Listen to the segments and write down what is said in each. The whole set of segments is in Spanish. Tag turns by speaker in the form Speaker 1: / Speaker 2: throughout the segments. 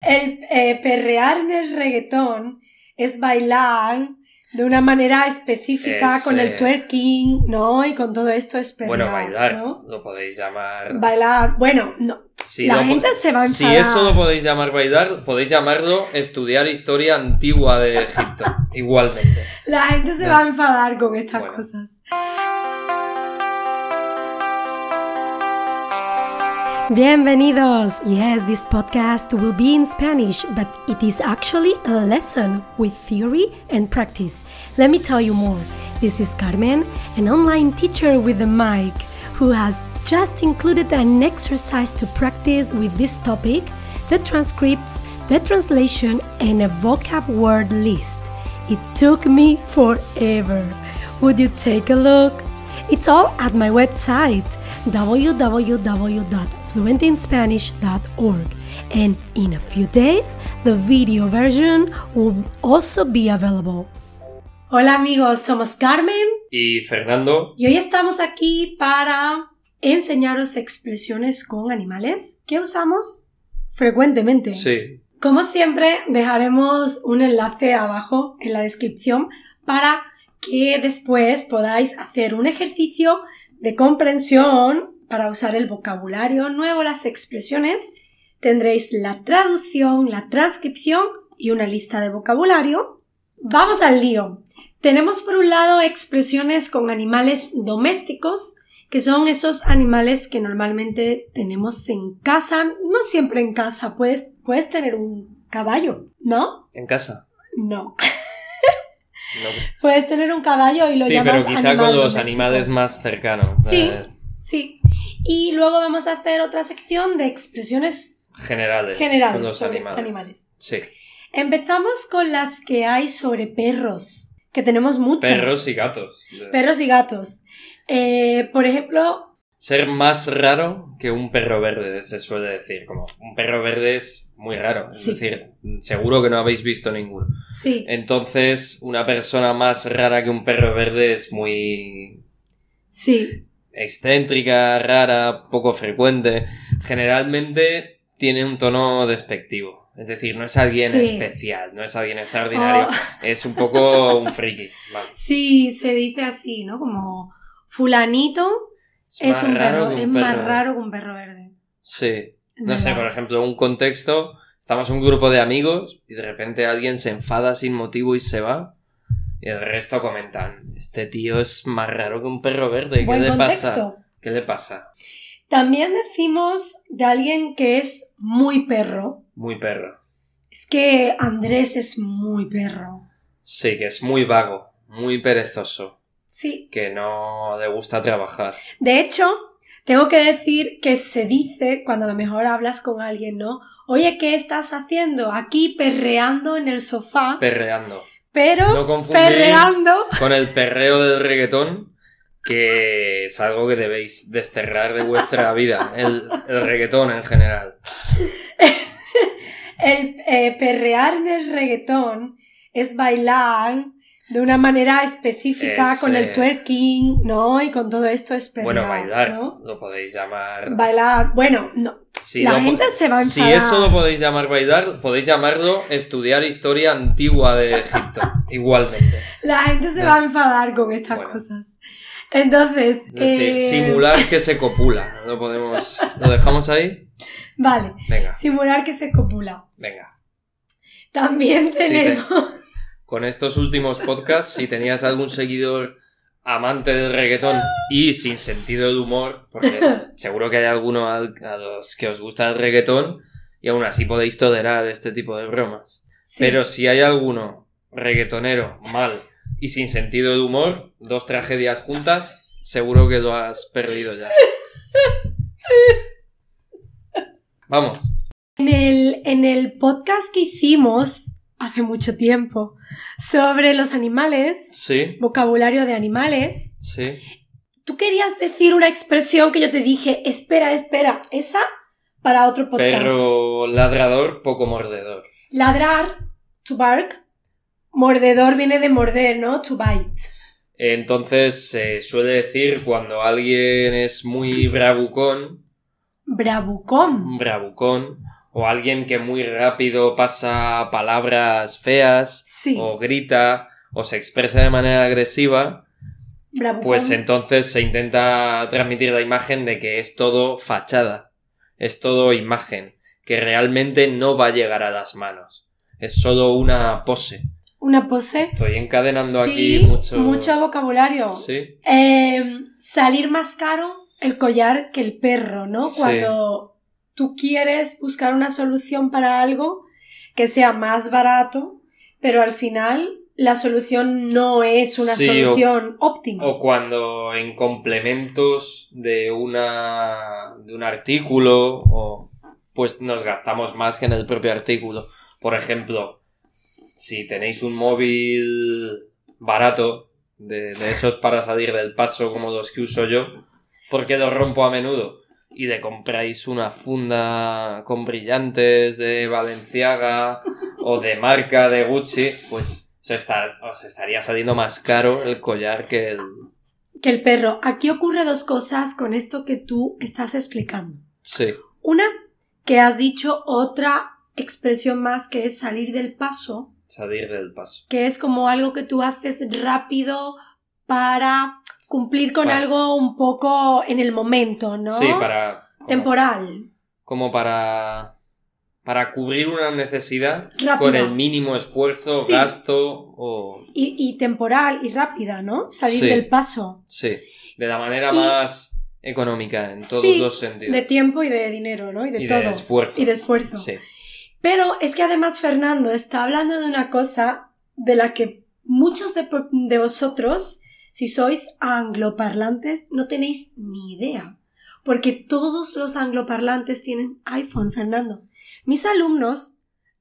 Speaker 1: El eh, perrear en el reggaetón es bailar de una manera específica
Speaker 2: Es,
Speaker 1: con
Speaker 2: eh,
Speaker 1: el twerking, ¿no? Y con todo esto es perrear,
Speaker 2: Bueno, bailar,
Speaker 1: ¿no?
Speaker 2: lo podéis llamar.
Speaker 1: Bailar, bueno, no.
Speaker 2: Si
Speaker 1: la
Speaker 2: lo po-
Speaker 1: gente se va a
Speaker 2: Si
Speaker 1: enfadar.
Speaker 2: eso lo podéis llamar bailar, podéis llamarlo estudiar historia antigua de Egipto. Igualmente.
Speaker 1: La gente se
Speaker 2: No.
Speaker 1: va a enfadar con estas
Speaker 2: Bueno.
Speaker 1: cosas. Bienvenidos. Yes, this podcast will be in Spanish, but it is actually a lesson with theory and practice. Let me tell you more. This is Carmen, an online teacher with a mic, who has just included an exercise to practice with this topic, the transcripts, the translation, and a vocab word list. It took me forever. Would you take a look? It's all at my website www.fluentinspanish.org and in a few days the video version will also be available. Hola amigos, somos Carmen
Speaker 2: Y Fernando,
Speaker 1: y hoy estamos aquí para enseñaros expresiones con animales que usamos frecuentemente.
Speaker 2: sí.
Speaker 1: Como siempre, dejaremos un enlace abajo en la descripción para que después podáis hacer un ejercicio de comprensión para usar el vocabulario nuevo, las expresiones. Tendréis la traducción, la transcripción y una lista de vocabulario. Vamos al lío. Tenemos por un lado expresiones con animales domésticos, que son esos animales que normalmente tenemos en casa. No siempre en casa, puedes, puedes tener un caballo, ¿no?
Speaker 2: En casa.
Speaker 1: No.
Speaker 2: No.
Speaker 1: Puedes tener un caballo y lo
Speaker 2: Sí,
Speaker 1: llamas
Speaker 2: pero quizá
Speaker 1: animal
Speaker 2: con los
Speaker 1: doméstico.
Speaker 2: animales más cercanos.
Speaker 1: Sí.
Speaker 2: eh,
Speaker 1: Sí. Y luego vamos a hacer otra sección de expresiones
Speaker 2: generales.
Speaker 1: generales
Speaker 2: Con los
Speaker 1: sobre
Speaker 2: animales.
Speaker 1: animales.
Speaker 2: Sí.
Speaker 1: Empezamos con las que hay sobre perros, que tenemos muchas.
Speaker 2: Perros y gatos.
Speaker 1: Perros y gatos. Eh, por ejemplo,
Speaker 2: Ser más raro que un perro verde, se suele decir. Como un perro verde es muy raro. Es
Speaker 1: Sí.
Speaker 2: decir, seguro que no habéis visto ninguno.
Speaker 1: sí.
Speaker 2: Eh. Entonces, una persona más rara que un perro verde es muy
Speaker 1: Sí.
Speaker 2: excéntrica, rara, poco frecuente. Generalmente tiene un tono despectivo. Es decir, no es alguien
Speaker 1: Sí.
Speaker 2: especial, no es alguien extraordinario.
Speaker 1: Oh.
Speaker 2: Es un poco un friki. vale.
Speaker 1: Sí, se dice así, ¿no? Como fulanito es
Speaker 2: más
Speaker 1: un
Speaker 2: raro
Speaker 1: perro,
Speaker 2: que un
Speaker 1: es más
Speaker 2: perro.
Speaker 1: raro que un perro verde.
Speaker 2: Sí. No
Speaker 1: ¿Verdad?
Speaker 2: sé, por ejemplo, un contexto. Estamos un grupo de amigos y de repente alguien se enfada sin motivo y se va. Y el resto comentan, este tío es más raro que un perro verde. ¿Qué
Speaker 1: Buen
Speaker 2: le pasa?
Speaker 1: contexto.
Speaker 2: ¿Qué le pasa?
Speaker 1: También decimos de alguien que es muy perro.
Speaker 2: Muy perro.
Speaker 1: Es que Andrés es muy perro.
Speaker 2: Sí, que es muy vago, muy perezoso,
Speaker 1: Sí.
Speaker 2: que no le gusta trabajar.
Speaker 1: De hecho, tengo que decir que se dice cuando a lo mejor hablas con alguien, ¿no? Oye, ¿qué estás haciendo? Aquí perreando en el sofá,
Speaker 2: Perreando.
Speaker 1: pero
Speaker 2: No confundir
Speaker 1: perreando.
Speaker 2: con el perreo del reggaetón, que es algo que debéis desterrar de vuestra vida. El, el reggaetón en general.
Speaker 1: El eh, perrear en el reggaetón es bailar de una manera específica
Speaker 2: Es,
Speaker 1: con
Speaker 2: eh,
Speaker 1: el twerking, ¿no? Y con todo esto es perrear,
Speaker 2: Bueno, bailar,
Speaker 1: ¿no?
Speaker 2: lo podéis llamar.
Speaker 1: Bailar. Bueno, no.
Speaker 2: Si
Speaker 1: la
Speaker 2: lo po-
Speaker 1: gente se va a
Speaker 2: Si
Speaker 1: enfadar.
Speaker 2: pues, eso lo podéis llamar bailar, podéis llamarlo estudiar historia antigua de Egipto. Igualmente.
Speaker 1: La gente se
Speaker 2: No.
Speaker 1: va a enfadar con estas
Speaker 2: Bueno.
Speaker 1: cosas. Entonces,
Speaker 2: Es decir,
Speaker 1: eh,
Speaker 2: simular que se copula. Lo podemos. ¿Lo dejamos ahí?
Speaker 1: Vale,
Speaker 2: Venga,
Speaker 1: simular que se copula.
Speaker 2: venga.
Speaker 1: También
Speaker 2: te-
Speaker 1: tenemos...
Speaker 2: Con estos últimos podcasts, si tenías algún seguidor amante del reggaetón y sin sentido de humor, porque seguro que hay alguno al- a los que os gusta el reggaetón y aún así podéis tolerar este tipo de bromas.
Speaker 1: Sí.
Speaker 2: Pero si hay alguno reggaetonero mal y sin sentido de humor, dos tragedias juntas, seguro que lo has perdido ya. Vamos.
Speaker 1: En el, en el podcast que hicimos hace mucho tiempo sobre los animales,
Speaker 2: Sí,
Speaker 1: vocabulario de animales,
Speaker 2: sí.
Speaker 1: Tú querías decir una expresión que yo te dije, espera, espera, esa para otro podcast.
Speaker 2: Perro ladrador, poco mordedor.
Speaker 1: Ladrar, to bark. Mordedor viene de morder, ¿no? To bite.
Speaker 2: Entonces se suele decir cuando alguien es muy bravucón,
Speaker 1: Bravucón.
Speaker 2: Mm. bravucón, o alguien que muy rápido pasa palabras feas,
Speaker 1: Sí.
Speaker 2: o grita, o se expresa de manera agresiva,
Speaker 1: Bravucón.
Speaker 2: pues entonces se intenta transmitir la imagen de que es todo fachada, es todo imagen, que realmente no va a llegar a las manos, es solo una pose.
Speaker 1: Una pose.
Speaker 2: Estoy encadenando
Speaker 1: Sí,
Speaker 2: aquí ¿Eh? mucho...
Speaker 1: vocabulario.
Speaker 2: Sí,
Speaker 1: Eh, salir más caro el collar que el perro, ¿no?
Speaker 2: Sí.
Speaker 1: Cuando tú quieres buscar una solución para algo que sea más barato, pero al final la solución no es una
Speaker 2: Sí, o-
Speaker 1: solución óptima.
Speaker 2: o cuando en complementos de una de un artículo o pues nos gastamos más que en el propio artículo. Por ejemplo, si tenéis un móvil barato de, de esos para salir del paso como los que uso yo, porque los rompo a menudo y le compráis una funda con brillantes de Valenciaga o de marca de Gucci, pues os, estar- os estaría saliendo más caro el collar que el...
Speaker 1: Que el perro. Aquí ocurre dos cosas con esto que tú estás explicando.
Speaker 2: Sí,
Speaker 1: Una, que has dicho otra expresión más que es salir del paso.
Speaker 2: salir del paso.
Speaker 1: que es como algo que tú haces rápido para cumplir con
Speaker 2: Para-
Speaker 1: algo un poco en el momento, ¿no?
Speaker 2: Sí, para... como-
Speaker 1: Temporal,
Speaker 2: como para para cubrir una necesidad
Speaker 1: rápida.
Speaker 2: con el mínimo esfuerzo,
Speaker 1: Sí.
Speaker 2: gasto o
Speaker 1: y, y temporal y rápida, ¿no? Salir
Speaker 2: Sí.
Speaker 1: del paso
Speaker 2: sí, de la manera
Speaker 1: Y-
Speaker 2: más económica en todos
Speaker 1: Sí,
Speaker 2: los sentidos
Speaker 1: de tiempo y de dinero, ¿no? Y de
Speaker 2: y
Speaker 1: todo.
Speaker 2: de esfuerzo.
Speaker 1: Y de esfuerzo.
Speaker 2: Sí,
Speaker 1: Pero es que además Fernando está hablando de una cosa de la que muchos de, de vosotros, si sois angloparlantes, no tenéis ni idea. Porque todos los angloparlantes tienen iPhone, Fernando. Mis alumnos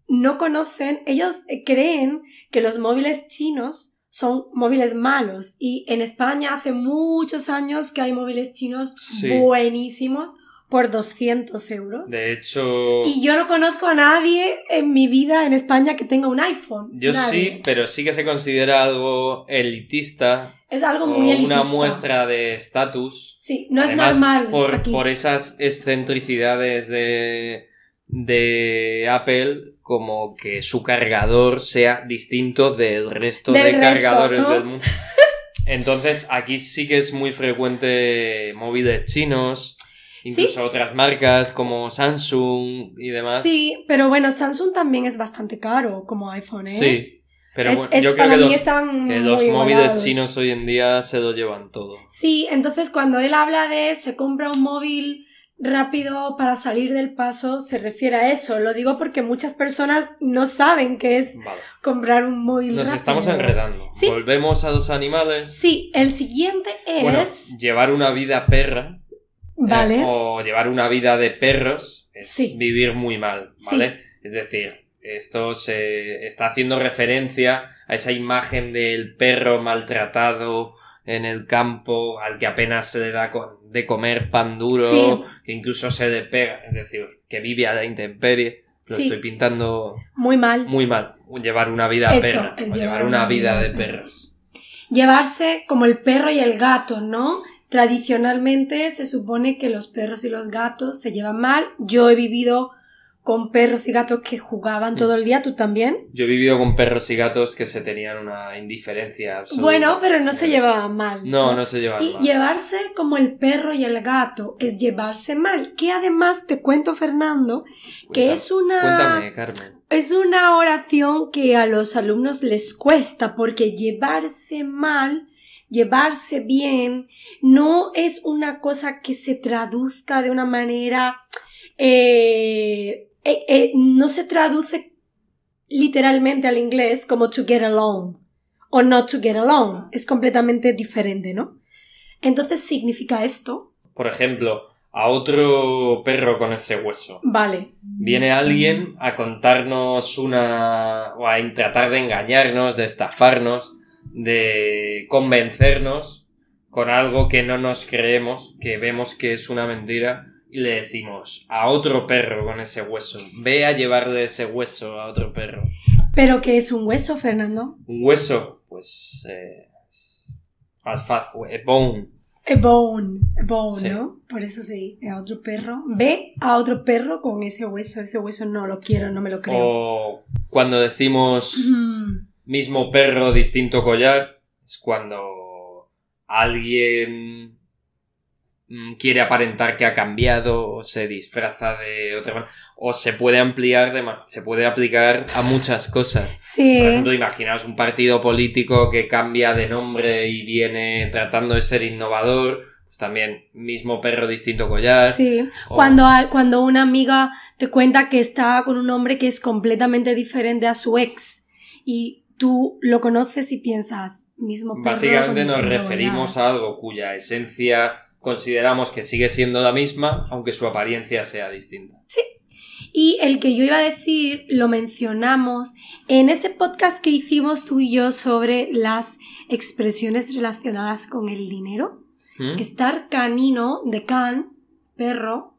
Speaker 1: no conocen, ellos eh, creen que los móviles chinos son móviles malos. Y en España hace muchos años que hay móviles chinos
Speaker 2: Sí.
Speaker 1: buenísimos por 200 euros.
Speaker 2: de hecho
Speaker 1: Y yo no conozco a nadie en mi vida en España que tenga un iPhone.
Speaker 2: yo sí,
Speaker 1: Nadie.
Speaker 2: pero sí que se considera algo elitista
Speaker 1: Es algo
Speaker 2: o
Speaker 1: muy elitista.
Speaker 2: una muestra de estatus.
Speaker 1: Sí, no
Speaker 2: Además,
Speaker 1: es normal.
Speaker 2: por,
Speaker 1: aquí.
Speaker 2: por esas excentricidades de, de Apple, como que su cargador sea distinto del resto
Speaker 1: Del
Speaker 2: de
Speaker 1: resto,
Speaker 2: cargadores
Speaker 1: ¿no?
Speaker 2: del mundo. Entonces, aquí sí que es muy frecuente móviles chinos,
Speaker 1: Sí.
Speaker 2: incluso otras marcas como Samsung y demás.
Speaker 1: Sí, pero bueno, Samsung también es bastante caro como iPhone, ¿eh?
Speaker 2: Sí, pero
Speaker 1: Es-
Speaker 2: bueno,
Speaker 1: es-
Speaker 2: yo creo
Speaker 1: para
Speaker 2: que
Speaker 1: mí
Speaker 2: los,
Speaker 1: están
Speaker 2: que los
Speaker 1: muy
Speaker 2: móviles
Speaker 1: igualados.
Speaker 2: chinos hoy en día se lo llevan todo.
Speaker 1: Sí, entonces cuando él habla de se compra un móvil rápido para salir del paso, se refiere a eso. Lo digo porque muchas personas no saben qué es
Speaker 2: Vale,
Speaker 1: comprar un móvil
Speaker 2: nos
Speaker 1: rápido.
Speaker 2: estamos enredando.
Speaker 1: Sí.
Speaker 2: Volvemos a los animales.
Speaker 1: Sí, el siguiente es...
Speaker 2: Bueno, llevar una vida perra eh,
Speaker 1: vale.
Speaker 2: o llevar una vida de perros es
Speaker 1: Sí.
Speaker 2: vivir muy mal, ¿vale? Es decir, esto se está haciendo referencia a esa imagen del perro maltratado en el campo, al que apenas se le da co- de comer pan duro,
Speaker 1: Sí.
Speaker 2: que incluso se le pega, es decir, que vive a la intemperie. Lo
Speaker 1: Sí.
Speaker 2: estoy pintando
Speaker 1: Muy mal.
Speaker 2: muy mal. Llevar una vida
Speaker 1: Eso,
Speaker 2: perra.
Speaker 1: es
Speaker 2: o llevar una vida de perros.
Speaker 1: Llevarse como el perro y el gato, ¿no? Tradicionalmente se supone que los perros y los gatos se llevan mal. Yo he vivido con perros y gatos que jugaban todo el día, tú también.
Speaker 2: Yo he vivido con perros y gatos que se tenían una indiferencia absoluta. Eh,
Speaker 1: Bueno, pero no se llevaban mal.
Speaker 2: No, no se llevaban
Speaker 1: Y
Speaker 2: mal.
Speaker 1: llevarse como el perro y el gato es llevarse mal. Que además te cuento, Fernando, que
Speaker 2: Cuéntame-
Speaker 1: es una...
Speaker 2: Cuéntame, Carmen.
Speaker 1: Es una oración que a los alumnos les cuesta porque llevarse mal, llevarse bien, no es una cosa que se traduzca de una manera, eh, eh, eh, no se traduce literalmente al inglés como to get along o not to get along. Es completamente diferente, ¿no? Entonces significa esto.
Speaker 2: Por ejemplo, a otro perro con ese hueso.
Speaker 1: Vale.
Speaker 2: Viene alguien a contarnos una... o a tratar de engañarnos, de estafarnos, de convencernos con algo que no nos creemos, que vemos que es una mentira, y le decimos a otro perro con ese hueso, ve a llevarle ese hueso a otro perro.
Speaker 1: Pero que es un hueso, Fernando.
Speaker 2: Un hueso, pues... Eh, as far- eh, bone.
Speaker 1: A bone, a bone,
Speaker 2: Sí.
Speaker 1: ¿no? Por eso sí, a otro perro. Ve a otro perro con ese hueso, ese hueso no lo quiero, no me lo
Speaker 2: Oh.
Speaker 1: creo.
Speaker 2: O cuando decimos
Speaker 1: Mm,
Speaker 2: mismo perro, distinto collar, es cuando alguien mm, quiere aparentar que ha cambiado o se disfraza de otra manera. O se puede ampliar, de ma- se puede aplicar a muchas cosas.
Speaker 1: Sí.
Speaker 2: Por ejemplo, imaginaos un partido político que cambia de nombre y viene tratando de ser innovador. Pues también, mismo perro, distinto collar.
Speaker 1: Sí,
Speaker 2: O-
Speaker 1: cuando, al- cuando una amiga te cuenta que está con un hombre que es completamente diferente a su ex y tú lo conoces y piensas, mismo perro.
Speaker 2: Básicamente
Speaker 1: con
Speaker 2: nos
Speaker 1: distinto
Speaker 2: referimos
Speaker 1: collar.
Speaker 2: a algo cuya esencia consideramos que sigue siendo la misma, aunque su apariencia sea distinta.
Speaker 1: Y el que yo iba a decir lo mencionamos en ese podcast que hicimos tú y yo sobre las expresiones relacionadas con el dinero.
Speaker 2: ¿Mm?
Speaker 1: Estar canino, de can, perro,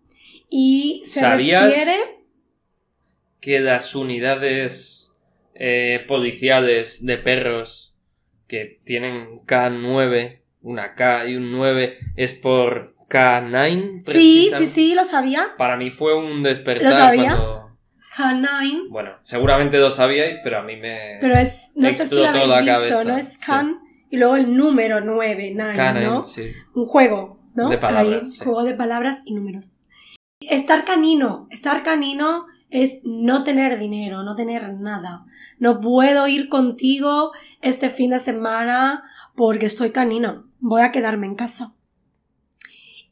Speaker 1: y se
Speaker 2: ¿Sabías
Speaker 1: refiere...
Speaker 2: que las unidades eh, policiales de perros que tienen K9, una K y un 9, es por K9?
Speaker 1: Sí,
Speaker 2: precisan-
Speaker 1: sí, sí, lo sabía.
Speaker 2: Para mí fue un despertar
Speaker 1: ¿Lo sabía?
Speaker 2: cuando...
Speaker 1: Canine.
Speaker 2: Bueno, seguramente lo sabíais, pero a mí me...
Speaker 1: Pero es, no sé si lo
Speaker 2: Explotó
Speaker 1: habéis
Speaker 2: la
Speaker 1: visto,
Speaker 2: cabeza,
Speaker 1: ¿no? Es
Speaker 2: sí.
Speaker 1: can y luego el número 9, nine,
Speaker 2: K9,
Speaker 1: ¿no?
Speaker 2: sí.
Speaker 1: Un juego, ¿no?
Speaker 2: De palabras,
Speaker 1: Ahí,
Speaker 2: sí.
Speaker 1: juego de palabras y números. Estar canino. Estar canino es no tener dinero, no tener nada. No puedo ir contigo este fin de semana porque estoy canino. Voy a quedarme en casa.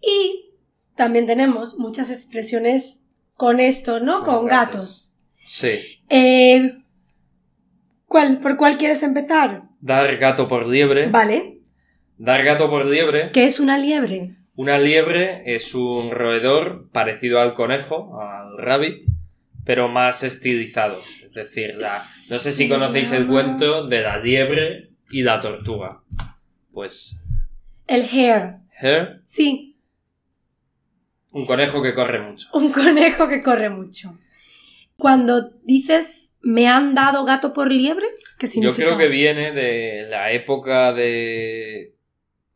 Speaker 1: Y también tenemos muchas expresiones con esto, ¿no?
Speaker 2: Con
Speaker 1: Con
Speaker 2: gatos.
Speaker 1: gatos.
Speaker 2: Sí.
Speaker 1: Eh, ¿cuál, ¿Por cuál quieres empezar?
Speaker 2: Dar gato por liebre.
Speaker 1: Vale.
Speaker 2: Dar gato por liebre.
Speaker 1: ¿Qué es una liebre?
Speaker 2: Una liebre es un roedor parecido al conejo, al rabbit, pero más estilizado. Es decir, la- no sé si conocéis el cuento de la liebre y la tortuga. Pues,
Speaker 1: El hare.
Speaker 2: her,
Speaker 1: Sí,
Speaker 2: un conejo que corre mucho.
Speaker 1: un conejo que corre mucho. Cuando dices me han dado gato por liebre, ¿qué
Speaker 2: Yo
Speaker 1: significa?
Speaker 2: creo que viene de la época de.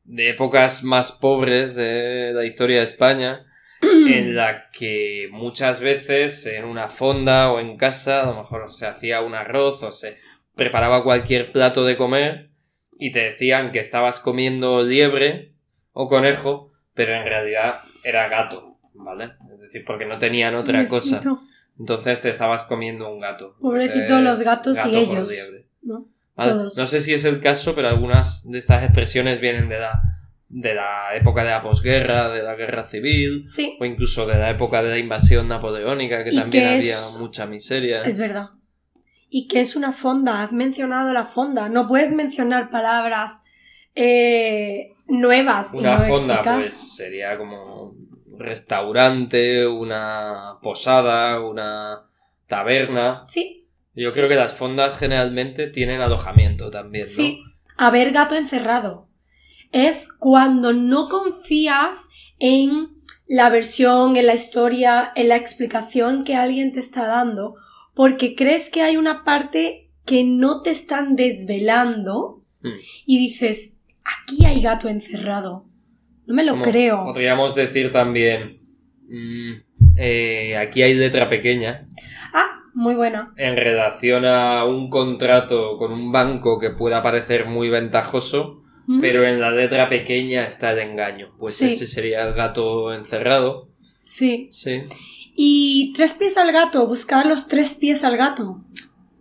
Speaker 2: de épocas más pobres de la historia de España, en la que muchas veces en una fonda o en casa, a lo mejor se hacía un arroz o se preparaba cualquier plato de comer y te decían que estabas comiendo liebre o conejo, pero en realidad era gato, ¿vale? Es decir, porque no tenían otra cosa.
Speaker 1: Pobrecito,
Speaker 2: Entonces te estabas comiendo un gato.
Speaker 1: Pobrecito
Speaker 2: Entonces,
Speaker 1: los gatos y
Speaker 2: gato por
Speaker 1: ellos,
Speaker 2: liebre.
Speaker 1: ¿no?
Speaker 2: Vale,
Speaker 1: Todos.
Speaker 2: No sé si es el caso, pero algunas de estas expresiones vienen de la, de la época de la posguerra, de la guerra civil,
Speaker 1: Sí,
Speaker 2: o incluso de la época de la invasión napoleónica, que
Speaker 1: ¿Y
Speaker 2: también
Speaker 1: qué
Speaker 2: había
Speaker 1: es?
Speaker 2: mucha miseria.
Speaker 1: es verdad. ¿Y qué es una fonda? Has mencionado la fonda. No puedes mencionar palabras eh, nuevas. y
Speaker 2: Una
Speaker 1: no
Speaker 2: fonda,
Speaker 1: explicar.
Speaker 2: pues, sería como un restaurante, una posada, una taberna.
Speaker 1: Sí,
Speaker 2: Yo creo que las fondas generalmente tienen alojamiento también, ¿no?
Speaker 1: Sí, haber gato encerrado. Es cuando no confías en la versión, en la historia, en la explicación que alguien te está dando, porque crees que hay una parte que no te están desvelando
Speaker 2: Hmm.
Speaker 1: y dices, aquí hay gato encerrado. No me lo
Speaker 2: Como
Speaker 1: creo.
Speaker 2: Podríamos decir también. mm, eh, aquí hay letra pequeña.
Speaker 1: Ah, muy buena.
Speaker 2: En relación a un contrato con un banco que pueda parecer muy ventajoso,
Speaker 1: Mm,
Speaker 2: pero en la letra pequeña está el engaño. Pues
Speaker 1: Sí.
Speaker 2: ese sería el gato encerrado.
Speaker 1: Sí.
Speaker 2: Sí.
Speaker 1: Y tres pies al gato, buscar los tres pies al gato.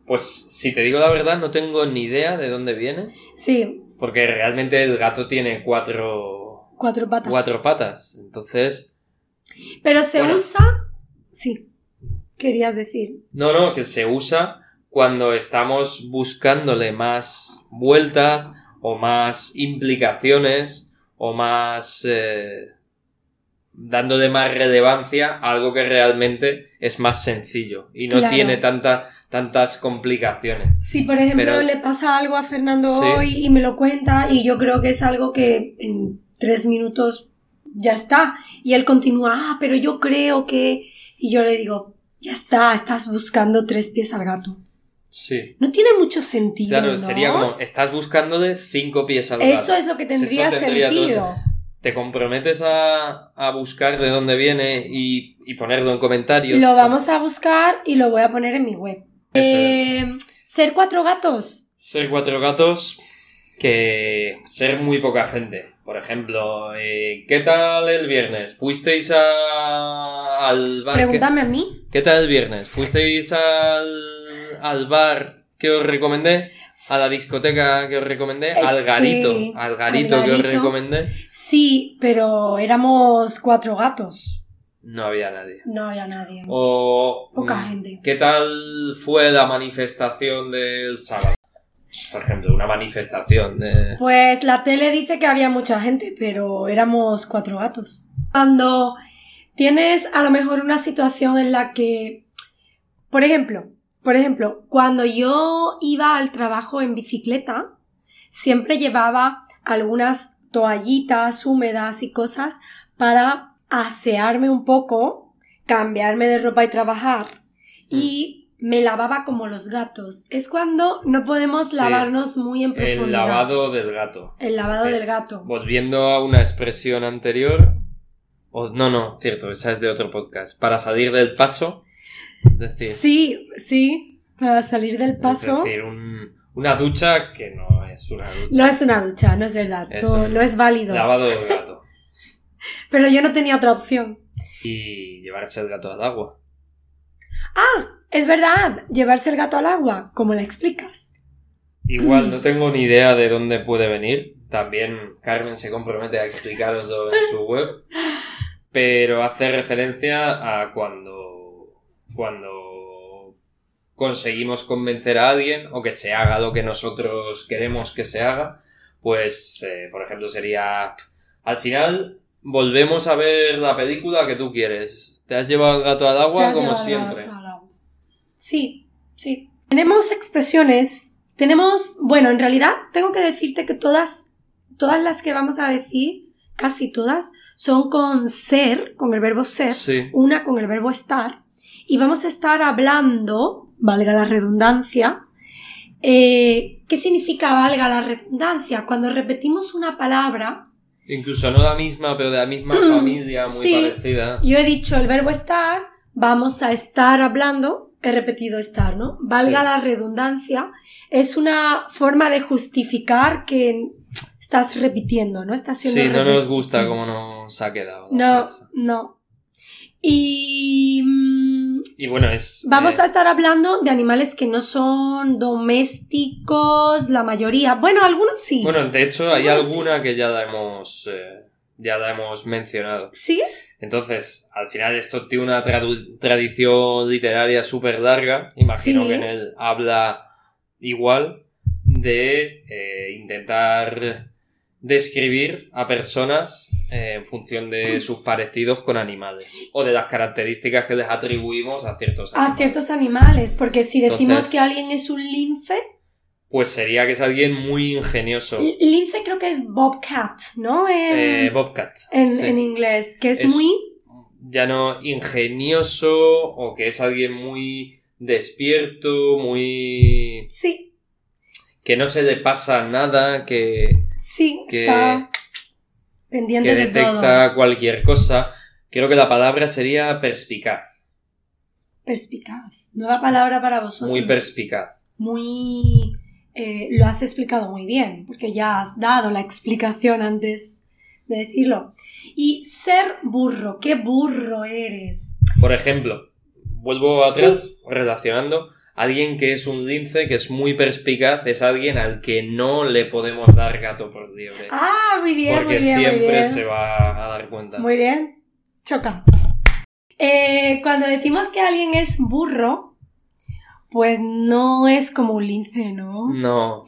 Speaker 2: Pues si te digo la verdad, no tengo ni idea de dónde viene.
Speaker 1: Sí,
Speaker 2: Porque realmente el gato tiene cuatro.
Speaker 1: cuatro patas.
Speaker 2: cuatro patas. Entonces.
Speaker 1: Pero se
Speaker 2: Bueno.
Speaker 1: usa. Sí, querías decir.
Speaker 2: No, no, que se usa cuando estamos buscándole más vueltas o más implicaciones o más... eh, dándole más relevancia a algo que realmente es más sencillo y no
Speaker 1: Claro.
Speaker 2: tiene tanta, tantas complicaciones.
Speaker 1: Si, por ejemplo,
Speaker 2: Pero-
Speaker 1: le pasa algo a Fernando
Speaker 2: Sí.
Speaker 1: hoy y me lo cuenta, y yo creo que es algo que en tres minutos ya está. Y él continúa, ah, pero yo creo que. Y yo le digo, ya está, estás buscando tres pies al gato.
Speaker 2: Sí.
Speaker 1: No tiene mucho sentido.
Speaker 2: Claro,
Speaker 1: ¿no?
Speaker 2: sería como, estás buscándole cinco pies al
Speaker 1: Eso
Speaker 2: gato.
Speaker 1: es lo que
Speaker 2: Eso
Speaker 1: tendría,
Speaker 2: tendría todo
Speaker 1: sentido.
Speaker 2: te comprometes a, a buscar de dónde viene y, y ponerlo en comentarios.
Speaker 1: Lo vamos a buscar y lo voy a poner en mi web.
Speaker 2: Eso
Speaker 1: Eh, ser cuatro gatos.
Speaker 2: Ser cuatro gatos que ser muy poca gente. Por ejemplo, eh, ¿qué tal el viernes? ¿Fuisteis a- al bar?
Speaker 1: Pregúntame a mí.
Speaker 2: ¿Qué, qué tal el viernes? ¿Fuisteis al, al bar que os recomendé? ¿A la discoteca que os recomendé?
Speaker 1: Eh,
Speaker 2: ¿Al garito?
Speaker 1: sí,
Speaker 2: ¿Al
Speaker 1: al
Speaker 2: garito que os
Speaker 1: garito.
Speaker 2: recomendé?
Speaker 1: Sí, pero éramos cuatro gatos.
Speaker 2: No había nadie.
Speaker 1: No había nadie.
Speaker 2: O...
Speaker 1: Poca
Speaker 2: Oh, mm,
Speaker 1: gente.
Speaker 2: ¿Qué tal fue la manifestación del sábado? Por ejemplo, una manifestación de...
Speaker 1: Pues la tele dice que había mucha gente, pero éramos cuatro gatos. Cuando tienes a lo mejor una situación en la que, por ejemplo, por ejemplo, cuando yo iba al trabajo en bicicleta, siempre llevaba algunas toallitas húmedas y cosas para asearme un poco, cambiarme de ropa y trabajar. Y
Speaker 2: Mm.
Speaker 1: me lavaba como los gatos. Es cuando no podemos
Speaker 2: Sí.
Speaker 1: lavarnos muy en profundidad.
Speaker 2: El lavado del gato.
Speaker 1: El lavado
Speaker 2: Eh,
Speaker 1: del gato.
Speaker 2: Volviendo a una expresión anterior. o- no, no, cierto, esa es de otro podcast. Para salir del paso. Es decir,
Speaker 1: Sí, sí, para salir del paso.
Speaker 2: es decir, un- una ducha que no es una ducha.
Speaker 1: No es una ducha, no es verdad,
Speaker 2: Es
Speaker 1: no,
Speaker 2: un
Speaker 1: no es válido.
Speaker 2: Lavado del gato.
Speaker 1: Pero yo no tenía otra opción.
Speaker 2: Y llevarse el gato al agua.
Speaker 1: Ah, Es verdad, llevarse el gato al agua, como la explicas.
Speaker 2: Igual no tengo ni idea de dónde puede venir. También Carmen se compromete a explicaroslo en su web. Pero hace referencia a cuando. cuando conseguimos convencer a alguien o que se haga lo que nosotros queremos que se haga. Pues, eh, por ejemplo, sería. Al final, volvemos a ver la película que tú quieres. Te has llevado el gato al
Speaker 1: Te
Speaker 2: agua
Speaker 1: has
Speaker 2: como
Speaker 1: llevado el
Speaker 2: siempre.
Speaker 1: gato al agua. Sí, sí. Tenemos expresiones, tenemos, bueno, en realidad tengo que decirte que todas, todas las que vamos a decir, casi todas, son con ser, con el verbo ser,
Speaker 2: Sí.
Speaker 1: una con el verbo estar, y vamos a estar hablando, valga la redundancia, eh, ¿qué significa valga la redundancia? Cuando repetimos una palabra,
Speaker 2: Incluso no la misma, pero de la misma
Speaker 1: Mm,
Speaker 2: familia, muy
Speaker 1: sí.
Speaker 2: parecida.
Speaker 1: yo he dicho el verbo estar, vamos a estar hablando, he repetido estar, ¿no? Valga
Speaker 2: Sí.
Speaker 1: la redundancia, es una forma de justificar que estás repitiendo, ¿no? Estás siendo
Speaker 2: Sí, no nos
Speaker 1: repetitivo.
Speaker 2: gusta cómo nos ha quedado. la
Speaker 1: No,
Speaker 2: frase.
Speaker 1: no. Y... mm,
Speaker 2: Y bueno, es.
Speaker 1: Vamos
Speaker 2: eh,
Speaker 1: a estar hablando de animales que no son domésticos, la mayoría. Bueno, algunos sí.
Speaker 2: Bueno, de hecho, hay
Speaker 1: Vamos a-
Speaker 2: alguna que ya la hemos. eh, ya la hemos mencionado.
Speaker 1: ¿Sí?
Speaker 2: Entonces, al final esto tiene una tradu- tradición literaria súper larga. Imagino
Speaker 1: Sí.
Speaker 2: que en él habla igual de eh, intentar describir a personas eh, en función
Speaker 1: Mm.
Speaker 2: de sus parecidos con animales o de las características que les atribuimos a ciertos
Speaker 1: A
Speaker 2: animales.
Speaker 1: ciertos animales, porque si decimos
Speaker 2: Entonces-
Speaker 1: que alguien es un lince,
Speaker 2: Pues sería que es alguien muy ingenioso.
Speaker 1: li- lince creo que es bobcat, ¿no? En,
Speaker 2: Eh, Bobcat.
Speaker 1: en-
Speaker 2: sí.
Speaker 1: en inglés, que es,
Speaker 2: Es-
Speaker 1: muy...
Speaker 2: ya no ingenioso o que es alguien muy despierto, muy...
Speaker 1: Sí,
Speaker 2: que no se le pasa nada, que,
Speaker 1: sí,
Speaker 2: Que-
Speaker 1: está
Speaker 2: que
Speaker 1: pendiente de todo.
Speaker 2: detecta cualquier cosa. Creo que la palabra sería perspicaz,
Speaker 1: Perspicaz. Nueva palabra para vosotros.
Speaker 2: muy perspicaz.
Speaker 1: muy... eh, lo has explicado muy bien, porque ya has dado la explicación antes de decirlo. Y ser burro, qué burro eres.
Speaker 2: Por ejemplo, vuelvo
Speaker 1: Sí.
Speaker 2: atrás relacionando, alguien que es un lince, que es muy perspicaz, es alguien al que no le podemos dar gato por liebre.
Speaker 1: Ah, muy bien,
Speaker 2: porque
Speaker 1: muy bien, muy
Speaker 2: siempre
Speaker 1: bien.
Speaker 2: se va a dar cuenta.
Speaker 1: Muy bien, choca. Eh, cuando decimos que alguien es burro, pues no es como un lince,
Speaker 2: Mm.
Speaker 1: ¿no?
Speaker 2: No,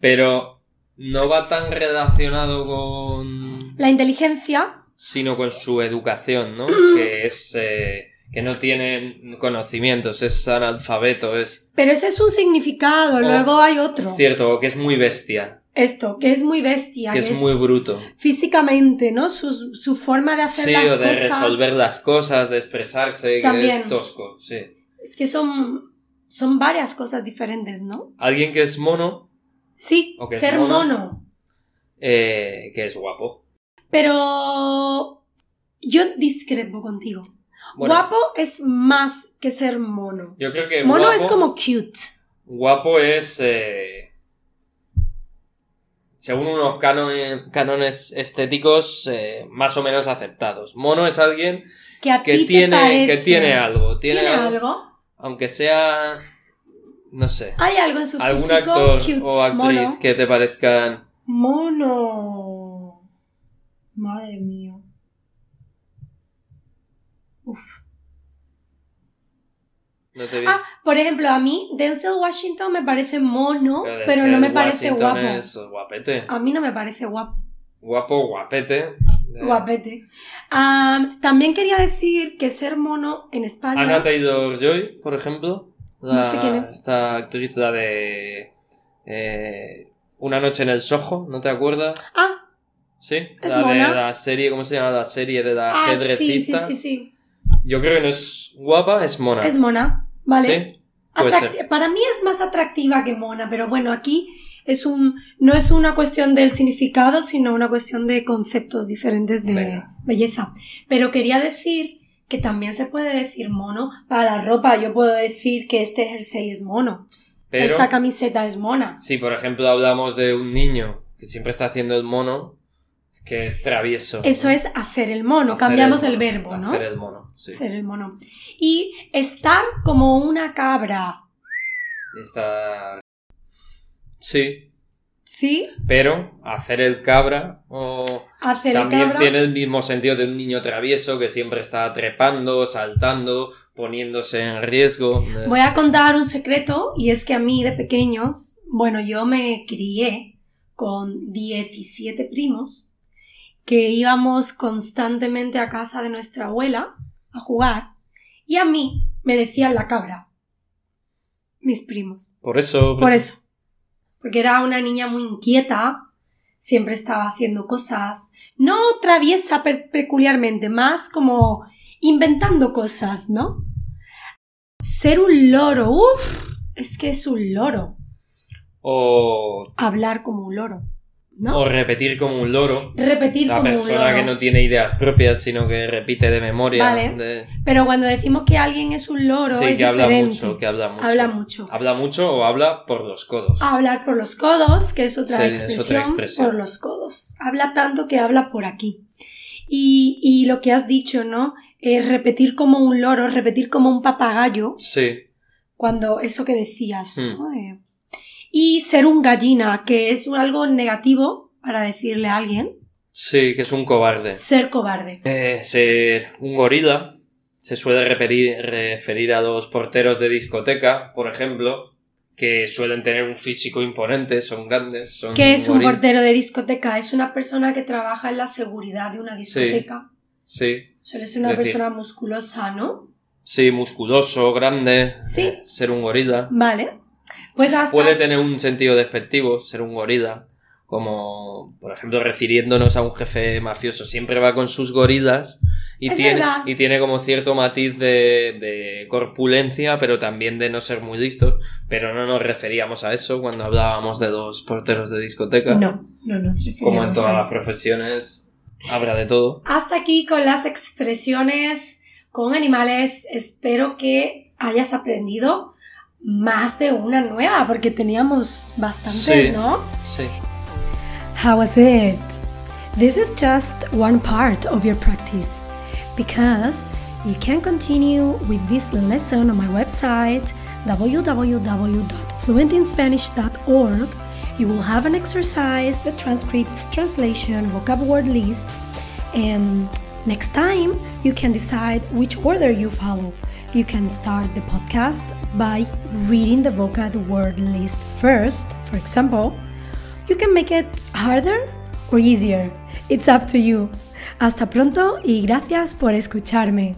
Speaker 2: pero no va tan relacionado con...
Speaker 1: La inteligencia,
Speaker 2: sino con su educación, ¿no? que es... eh, que no tienen conocimientos, es analfabeto, es
Speaker 1: pero ese es un significado,
Speaker 2: Oh,
Speaker 1: luego hay otro.
Speaker 2: cierto, que es muy bestia,
Speaker 1: Esto, que es muy bestia,
Speaker 2: que es muy bruto.
Speaker 1: físicamente, ¿no? Su, su forma de hacer
Speaker 2: Sí,
Speaker 1: las
Speaker 2: o de
Speaker 1: cosas.
Speaker 2: resolver las cosas, de expresarse, que
Speaker 1: También.
Speaker 2: es tosco, sí.
Speaker 1: Es que son, son varias cosas diferentes, ¿no?
Speaker 2: Alguien que es mono,
Speaker 1: Sí,
Speaker 2: O que es
Speaker 1: ser
Speaker 2: mono.
Speaker 1: mono.
Speaker 2: eh, que es guapo.
Speaker 1: Pero yo discrepo contigo.
Speaker 2: Bueno,
Speaker 1: Guapo es más que ser mono.
Speaker 2: yo creo que
Speaker 1: Mono
Speaker 2: guapo,
Speaker 1: es como cute.
Speaker 2: guapo es, eh, según unos cánones, cánones estéticos eh, más o menos aceptados. Mono es alguien
Speaker 1: Que a ti
Speaker 2: que
Speaker 1: te
Speaker 2: tiene, que
Speaker 1: parece-
Speaker 2: tiene algo, tiene,
Speaker 1: ¿Tiene
Speaker 2: algo,
Speaker 1: algo?
Speaker 2: aunque sea, no sé,
Speaker 1: Hay algo en su
Speaker 2: algún
Speaker 1: físico
Speaker 2: actor
Speaker 1: cute,
Speaker 2: o actriz
Speaker 1: mono.
Speaker 2: que te parezcan...
Speaker 1: Mono. Madre mía. Uf.
Speaker 2: No te vi.
Speaker 1: Ah, por ejemplo, a mí Denzel Washington me parece mono, pero,
Speaker 2: Denzel
Speaker 1: no me parece
Speaker 2: Washington
Speaker 1: guapo.
Speaker 2: es guapete.
Speaker 1: A mí no me parece guapo.
Speaker 2: Guapo, guapete. Eh,
Speaker 1: Guapete. Am, también quería decir que ser mono en España.
Speaker 2: Anna Taylor Joy, por ejemplo. La-
Speaker 1: Ah, No sé quién es.
Speaker 2: Esta actriz, la de. eh, Una noche en el Soho, ¿no te acuerdas?
Speaker 1: Ah,
Speaker 2: Sí.
Speaker 1: ¿Es
Speaker 2: la
Speaker 1: mona?
Speaker 2: de la serie, ¿cómo se llama? La serie de la
Speaker 1: ah, sí, sí,
Speaker 2: ajedrecista.
Speaker 1: sí, sí.
Speaker 2: Yo creo que no es guapa, es mona.
Speaker 1: Es mona, ¿vale?
Speaker 2: Ah. Sí, puede ser.
Speaker 1: Atract- Para mí es más atractiva que mona, pero bueno, aquí es un, no es una cuestión del significado, sino una cuestión de conceptos diferentes de
Speaker 2: Venga.
Speaker 1: belleza. Pero quería decir que también se puede decir mono para la ropa. Yo puedo decir que este jersey es mono,
Speaker 2: Pero
Speaker 1: esta camiseta es mona.
Speaker 2: si, por ejemplo, hablamos de un niño que siempre está haciendo el mono, es que es travieso.
Speaker 1: Eso es hacer el mono,
Speaker 2: Hacer
Speaker 1: cambiamos el,
Speaker 2: mono,
Speaker 1: verbo, ¿no?
Speaker 2: Hacer el mono, sí.
Speaker 1: Hacer el mono. Y estar como una cabra,
Speaker 2: Está. Sí,
Speaker 1: ¿sí?
Speaker 2: pero hacer el cabra o.
Speaker 1: Hacer el
Speaker 2: También
Speaker 1: cabra.
Speaker 2: tiene el mismo sentido de un niño travieso que siempre está trepando, saltando, poniéndose en riesgo. Eh,
Speaker 1: Voy a contar un secreto y es que a mí de pequeños, bueno, yo me crié con 17 primos que íbamos constantemente a casa de nuestra abuela a jugar y a mí me decían la cabra. Mis primos.
Speaker 2: Por eso.
Speaker 1: Por e- eso. Porque era una niña muy inquieta, siempre estaba haciendo cosas, no traviesa pe- peculiarmente, más como inventando cosas, ¿no? Ser un loro, uff, es que es un loro,
Speaker 2: O,
Speaker 1: hablar como un loro, ¿no?
Speaker 2: o repetir como un loro.
Speaker 1: Repetir
Speaker 2: La
Speaker 1: como un loro.
Speaker 2: persona que no tiene ideas propias, sino que repite de memoria.
Speaker 1: Vale.
Speaker 2: de-
Speaker 1: Pero cuando decimos que alguien es un loro,
Speaker 2: sí,
Speaker 1: es
Speaker 2: que habla
Speaker 1: diferente.
Speaker 2: mucho, que habla mucho.
Speaker 1: Habla mucho. Ah.
Speaker 2: Habla mucho o habla por los codos.
Speaker 1: Hablar por los codos, que es otra,
Speaker 2: Sí, es otra
Speaker 1: expresión,
Speaker 2: expresión.
Speaker 1: por los codos. Habla tanto que habla por aquí. Y, y lo que has dicho, ¿no? Es repetir como un loro, repetir como un papagayo,
Speaker 2: Sí.
Speaker 1: cuando eso que decías,
Speaker 2: Hmm.
Speaker 1: ¿no? De- Y ser un gallina, que es un- algo negativo para decirle a alguien.
Speaker 2: Sí, que es un cobarde.
Speaker 1: Ser cobarde.
Speaker 2: Eh, ser un gorila se suele referir, referir a los porteros de discoteca, por ejemplo, que suelen tener un físico imponente, son grandes, son
Speaker 1: ¿Qué es un
Speaker 2: goril-
Speaker 1: portero de discoteca? Es una persona que trabaja en la seguridad de una discoteca.
Speaker 2: Sí,
Speaker 1: Suele ser una
Speaker 2: Es decir-
Speaker 1: persona musculosa, ¿no?
Speaker 2: sí, musculoso, grande.
Speaker 1: Sí.
Speaker 2: eh, ser un gorila.
Speaker 1: Vale. Pues hasta
Speaker 2: Puede tener un sentido despectivo, ser un gorila. Como, por ejemplo, refiriéndonos a un jefe mafioso, siempre va con sus gorilas y,
Speaker 1: Es
Speaker 2: tiene,
Speaker 1: verdad.
Speaker 2: y tiene como cierto matiz de, de corpulencia, pero también de no ser muy listo. Pero no nos referíamos a eso cuando hablábamos de los porteros de discoteca.
Speaker 1: No, no nos referimos
Speaker 2: como en todas
Speaker 1: a
Speaker 2: las
Speaker 1: eso.
Speaker 2: profesiones, habrá de todo.
Speaker 1: Hasta aquí con las expresiones con animales. Espero que hayas aprendido más de una nueva, porque teníamos bastantes,
Speaker 2: Sí.
Speaker 1: ¿no?
Speaker 2: Sí.
Speaker 1: How was it? This is just one part of your practice because you can continue with this lesson on my website www.fluentinspanish.org. You will have an exercise, the transcripts, translation, vocab word list, and next time you can decide which order you follow. You can start the podcast by reading the vocab word list first, for example. You can make it harder or easier. It's up to you. Hasta pronto y gracias por escucharme.